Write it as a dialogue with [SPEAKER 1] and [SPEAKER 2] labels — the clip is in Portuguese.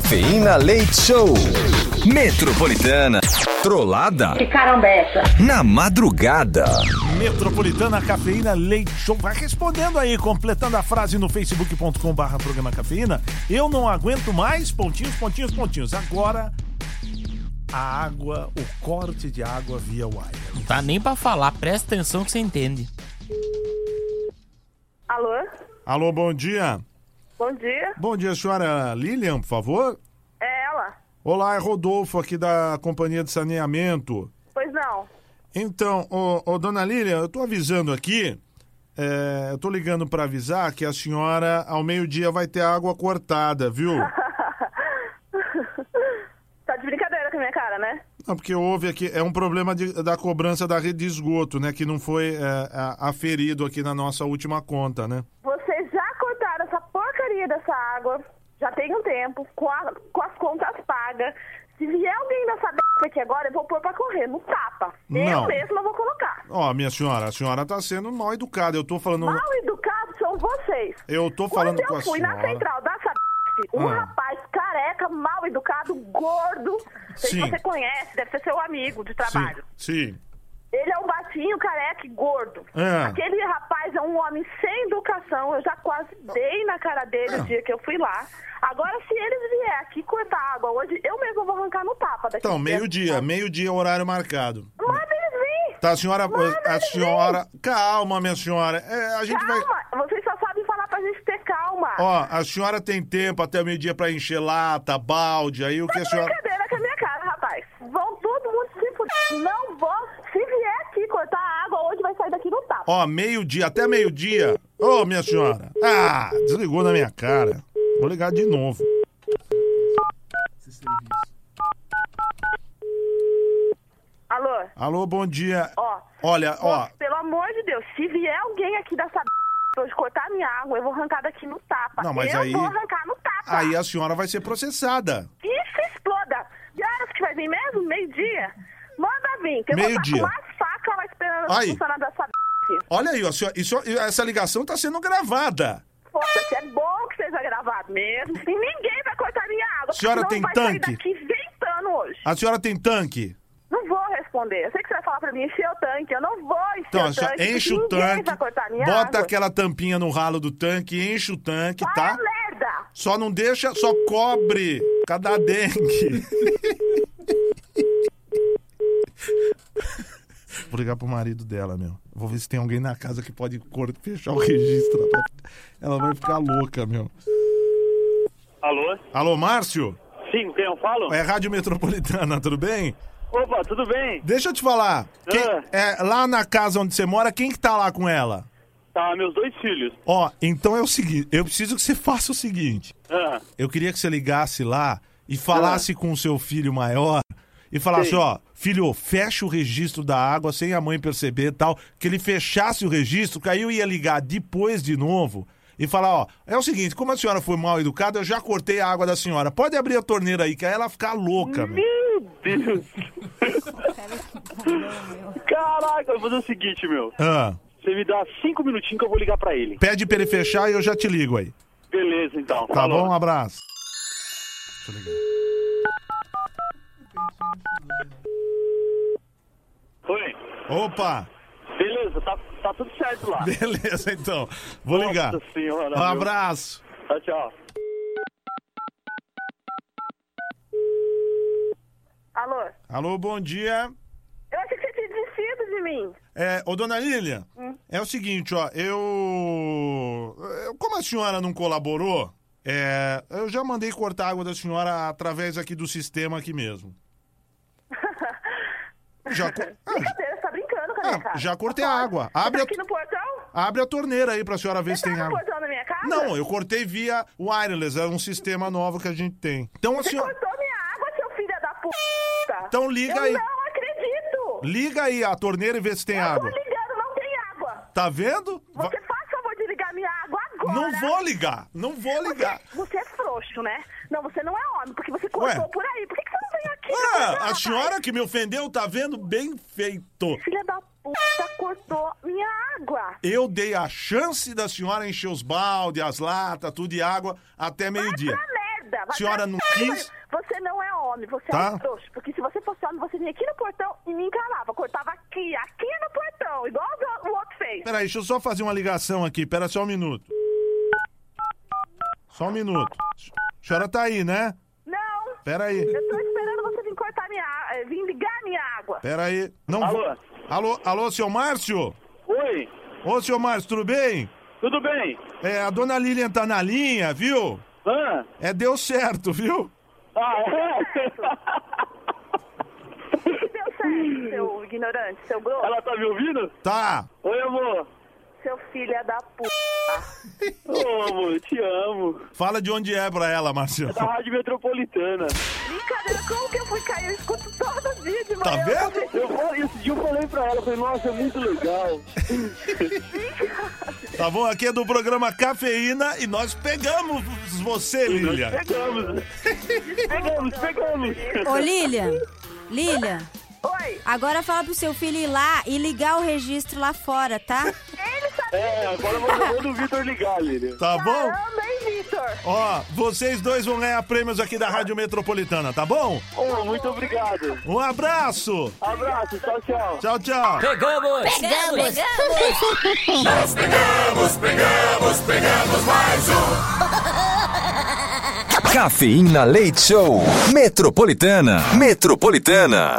[SPEAKER 1] Cafeína Leite Show. Metropolitana. Trollada.
[SPEAKER 2] Que carambessa.
[SPEAKER 1] Na madrugada.
[SPEAKER 3] Metropolitana Cafeína Leite Show. Vai respondendo aí, completando a frase no facebook.com barra programa cafeína. Eu não aguento mais, pontinhos, pontinhos, pontinhos. Agora, a água, o corte de água via wire.
[SPEAKER 4] Não tá nem pra falar, presta atenção que você entende.
[SPEAKER 5] Alô?
[SPEAKER 3] Alô, bom dia.
[SPEAKER 5] Bom dia.
[SPEAKER 3] Bom dia, senhora Lilian, por favor.
[SPEAKER 5] É ela?
[SPEAKER 3] Olá, é Rodolfo aqui da Companhia de Saneamento.
[SPEAKER 5] Pois não.
[SPEAKER 3] Então, ô, ô, dona Lilian, eu tô avisando aqui, é, eu tô ligando pra avisar que a senhora ao meio-dia vai ter água cortada, viu?
[SPEAKER 5] Tá de brincadeira com a minha cara, né?
[SPEAKER 3] Não, porque houve aqui, é um problema de- da cobrança da rede de esgoto, né, que não foi é, a- aferido aqui na nossa última conta, né?
[SPEAKER 5] Vocês já cortaram essa porcaria dessa água, já tem um tempo, com, a- com as contas pagas. Se vier alguém dessa b aqui agora, eu vou pôr pra correr, no tapa.
[SPEAKER 3] Não.
[SPEAKER 5] Eu mesma vou colocar.
[SPEAKER 3] Ó, minha senhora, a senhora tá sendo mal educada, eu tô falando...
[SPEAKER 5] Mal educados são vocês.
[SPEAKER 3] Eu tô falando
[SPEAKER 5] Quando
[SPEAKER 3] com a
[SPEAKER 5] eu fui
[SPEAKER 3] senhora.
[SPEAKER 5] na central dessa b, um
[SPEAKER 3] Ah.
[SPEAKER 5] rapaz careca, mal educado, gordo, não sei se
[SPEAKER 3] Sim.
[SPEAKER 5] você conhece, deve ser seu amigo de trabalho.
[SPEAKER 3] Sim, sim.
[SPEAKER 5] Ele é um batinho careca e gordo.
[SPEAKER 3] Ah.
[SPEAKER 5] Aquele rapaz é um homem sem educação. Eu já quase dei na cara dele
[SPEAKER 3] É.
[SPEAKER 5] o dia que eu fui lá. Agora, se eles vier aqui cortar água hoje, eu mesma vou arrancar no tapa daqui.
[SPEAKER 3] Então, meio-dia, meio-dia, horário marcado.
[SPEAKER 5] Manda eles vir!
[SPEAKER 3] Tá, a senhora.
[SPEAKER 5] Manda
[SPEAKER 3] A
[SPEAKER 5] eles
[SPEAKER 3] senhora. Calma, minha senhora. É, a gente vai.
[SPEAKER 5] Calma! Vocês só sabem falar pra gente ter calma.
[SPEAKER 3] Ó, a senhora tem tempo até meio-dia pra encher lata, balde, aí o que a senhora.
[SPEAKER 5] Brincadeira com a minha cara, rapaz. Vão todo mundo se fuder. Não vou. Se vier aqui cortar a água, hoje vai sair daqui no tapa.
[SPEAKER 3] Ó, meio-dia, até meio-dia. Ô, minha senhora. Ah, desligou na minha cara. Vou ligar de novo.
[SPEAKER 5] Alô?
[SPEAKER 3] Alô, bom dia.
[SPEAKER 5] Ó.
[SPEAKER 3] Olha, ó.
[SPEAKER 5] Pelo amor de Deus, se vier alguém aqui dessa b... hoje cortar minha água, eu vou arrancar daqui no tapa.
[SPEAKER 3] Não, mas
[SPEAKER 5] eu
[SPEAKER 3] aí-
[SPEAKER 5] vou arrancar no tapa.
[SPEAKER 3] Aí a senhora vai ser processada.
[SPEAKER 5] Que se exploda. E horas que vai vir mesmo? Meio-dia? Manda vir, que eu
[SPEAKER 3] Meio-dia.
[SPEAKER 5] vou estar com mais faca lá esperando
[SPEAKER 3] Aí.
[SPEAKER 5] funcionar dessa b... aqui.
[SPEAKER 3] Olha aí, ó, senhora, isso, essa ligação tá sendo gravada.
[SPEAKER 5] Foda-se, é bom que seja gravado mesmo. E ninguém vai cortar minha água. porque
[SPEAKER 3] Senhora
[SPEAKER 5] senão
[SPEAKER 3] tem
[SPEAKER 5] vai
[SPEAKER 3] tanque?
[SPEAKER 5] sair daqui ventando hoje.
[SPEAKER 3] A senhora tem tanque?
[SPEAKER 5] Não vou responder. Eu sei que você vai falar pra mim encher o tanque. Eu não vou encher
[SPEAKER 3] Então,
[SPEAKER 5] o
[SPEAKER 3] só
[SPEAKER 5] tanque.
[SPEAKER 3] enche o
[SPEAKER 5] ninguém
[SPEAKER 3] tanque,
[SPEAKER 5] vai cortar minha
[SPEAKER 3] bota
[SPEAKER 5] água.
[SPEAKER 3] aquela tampinha no ralo do tanque, enche o tanque,
[SPEAKER 5] Vai
[SPEAKER 3] tá?
[SPEAKER 5] a merda!
[SPEAKER 3] Só não deixa, só cobre cada dengue. Vou ligar pro marido dela, meu. Vou ver se tem alguém na casa que pode cor- fechar o registro. Ela vai ficar louca, meu.
[SPEAKER 6] Alô?
[SPEAKER 3] Alô, Márcio?
[SPEAKER 6] Sim, quem eu falo?
[SPEAKER 3] É Rádio Metropolitana, tudo bem?
[SPEAKER 6] Opa, tudo bem?
[SPEAKER 3] Deixa eu te falar. Quem-
[SPEAKER 6] Ah.
[SPEAKER 3] é, lá na casa onde você mora, quem que tá lá com ela?
[SPEAKER 6] Tá, meus dois filhos.
[SPEAKER 3] Ó, então é o seguinte, eu preciso que você faça o seguinte.
[SPEAKER 6] Ah,
[SPEAKER 3] Eu queria que você ligasse lá e falasse com o seu filho maior e falasse,
[SPEAKER 6] Sim.
[SPEAKER 3] ó, filho, fecha o registro da água sem a mãe perceber e tal, que ele fechasse o registro, que aí eu ia ligar depois de novo e falar, ó, é o seguinte, como a senhora foi mal educada, eu já cortei a água da senhora. Pode abrir a torneira aí, que aí ela fica louca, meu.
[SPEAKER 6] meu Deus! Caraca, eu vou fazer o seguinte, meu.
[SPEAKER 3] Ah,
[SPEAKER 6] Você me dá cinco minutinhos que eu vou ligar pra ele.
[SPEAKER 3] pede pra ele fechar e eu já te ligo aí.
[SPEAKER 6] Beleza, então.
[SPEAKER 3] Tá bom? Um abraço. Deixa eu ligar.
[SPEAKER 6] Oi.
[SPEAKER 3] Opa!
[SPEAKER 6] Beleza, tá, tá tudo certo lá.
[SPEAKER 3] Beleza, então. Vou ligar.
[SPEAKER 6] Nossa senhora.
[SPEAKER 3] Um
[SPEAKER 6] meu.
[SPEAKER 3] abraço.
[SPEAKER 6] Tchau, Tá, tchau.
[SPEAKER 5] Alô?
[SPEAKER 3] Alô, bom dia.
[SPEAKER 5] Eu achei que você tinha descido de mim.
[SPEAKER 3] É, ô, dona Lilian,
[SPEAKER 6] Hum.
[SPEAKER 3] é o seguinte, ó, eu... eu- Como a senhora não colaborou, é, eu já mandei cortar a água da senhora através aqui do sistema aqui mesmo. Já, co- ah, j-
[SPEAKER 5] Brincadeira, você tá brincando com a minha
[SPEAKER 3] ah,
[SPEAKER 5] cara.
[SPEAKER 3] já cortei a água. Abre
[SPEAKER 5] Tá
[SPEAKER 3] a,
[SPEAKER 5] aqui no portão?
[SPEAKER 3] Ah, abre a torneira aí pra senhora ver se
[SPEAKER 5] Você
[SPEAKER 3] tem
[SPEAKER 5] tá no
[SPEAKER 3] água.
[SPEAKER 5] portão da minha casa?
[SPEAKER 3] Não, eu cortei via wireless, é um sistema novo que a gente tem. Então, a
[SPEAKER 5] Você
[SPEAKER 3] senhora...
[SPEAKER 5] cortou minha água, seu filho da puta.
[SPEAKER 3] Então liga
[SPEAKER 5] eu
[SPEAKER 3] aí.
[SPEAKER 5] não acredito.
[SPEAKER 3] Liga aí a torneira e vê se tem
[SPEAKER 5] Eu tô
[SPEAKER 3] água.
[SPEAKER 5] ligando, não tem água.
[SPEAKER 3] Tá vendo? Va-
[SPEAKER 5] Você faz favor de ligar minha água agora.
[SPEAKER 3] Não vou ligar, não vou ligar.
[SPEAKER 5] Você, você é frouxo, né? Não, você não é homem, porque você cortou
[SPEAKER 3] Ué.
[SPEAKER 5] por aí. Por que, que você não vem aqui? pra
[SPEAKER 3] Ah,
[SPEAKER 5] conversar,
[SPEAKER 3] a
[SPEAKER 5] rapaz?
[SPEAKER 3] senhora que me ofendeu tá vendo bem feito.
[SPEAKER 5] Filha da puta cortou minha água.
[SPEAKER 3] Eu dei a chance da senhora encher os balde, as latas, tudo de água até meio-dia.
[SPEAKER 5] Pra merda. vai
[SPEAKER 3] Senhora
[SPEAKER 5] pra-
[SPEAKER 3] não quis?
[SPEAKER 5] Você não é homem, você é
[SPEAKER 3] Tá.
[SPEAKER 5] um trouxa. Porque se você fosse homem, você vinha aqui no portão e me encarava. Cortava aqui, aqui no portão, igual o outro fez.
[SPEAKER 3] Peraí, deixa eu só fazer uma ligação aqui. Pera só um minuto. Só um minuto. A senhora tá aí, né?
[SPEAKER 5] Não,
[SPEAKER 3] Peraí,
[SPEAKER 5] eu tô esperando você vir cortar minha... á- eh, vir ligar minha água.
[SPEAKER 3] peraí. Não...
[SPEAKER 6] Alô?
[SPEAKER 3] Alô, alô, seu Márcio?
[SPEAKER 6] Oi,
[SPEAKER 3] Ô, seu Márcio, tudo bem?
[SPEAKER 6] tudo bem?
[SPEAKER 3] É, a dona Lilian tá na linha, viu?
[SPEAKER 6] Hã?
[SPEAKER 3] É, deu certo, viu?
[SPEAKER 6] Ah, é?
[SPEAKER 5] Que deu certo, seu ignorante, seu grosso,
[SPEAKER 6] Ela tá me ouvindo?
[SPEAKER 3] Tá.
[SPEAKER 6] Oi, amor.
[SPEAKER 5] seu filho da puta.
[SPEAKER 6] Ô, amor, te amo.
[SPEAKER 3] Fala de onde é pra ela, Márcio.
[SPEAKER 6] Da Rádio Metropolitana.
[SPEAKER 5] Brincadeira, como que eu fui cair? Eu escuto todo dia de
[SPEAKER 3] Tá
[SPEAKER 5] manhã.
[SPEAKER 3] vendo?
[SPEAKER 6] Eu, fa- esse dia eu falei pra ela, falei, nossa, é muito legal.
[SPEAKER 3] Tá bom? Aqui é do programa Cafeína e nós pegamos você, Lilian.
[SPEAKER 6] Pegamos. né? Pegamos, pegamos.
[SPEAKER 2] Ô, Lilian, Lilian,
[SPEAKER 5] Oi,
[SPEAKER 2] agora fala pro seu filho ir lá e ligar o registro lá fora, tá?
[SPEAKER 5] ele sabe...
[SPEAKER 6] É, agora eu vou eu vou do Vitor ligar, Lilian.
[SPEAKER 3] Tá bom?
[SPEAKER 5] Caramba, hein, Vitor?
[SPEAKER 3] Ó, vocês dois vão ganhar prêmios aqui da Rádio Metropolitana, tá bom?
[SPEAKER 6] Ô, muito obrigado.
[SPEAKER 3] Um abraço!
[SPEAKER 6] Abraço, tchau, tchau.
[SPEAKER 3] Tchau, tchau!
[SPEAKER 1] Cafeína Leite Show. Metropolitana. Metropolitana.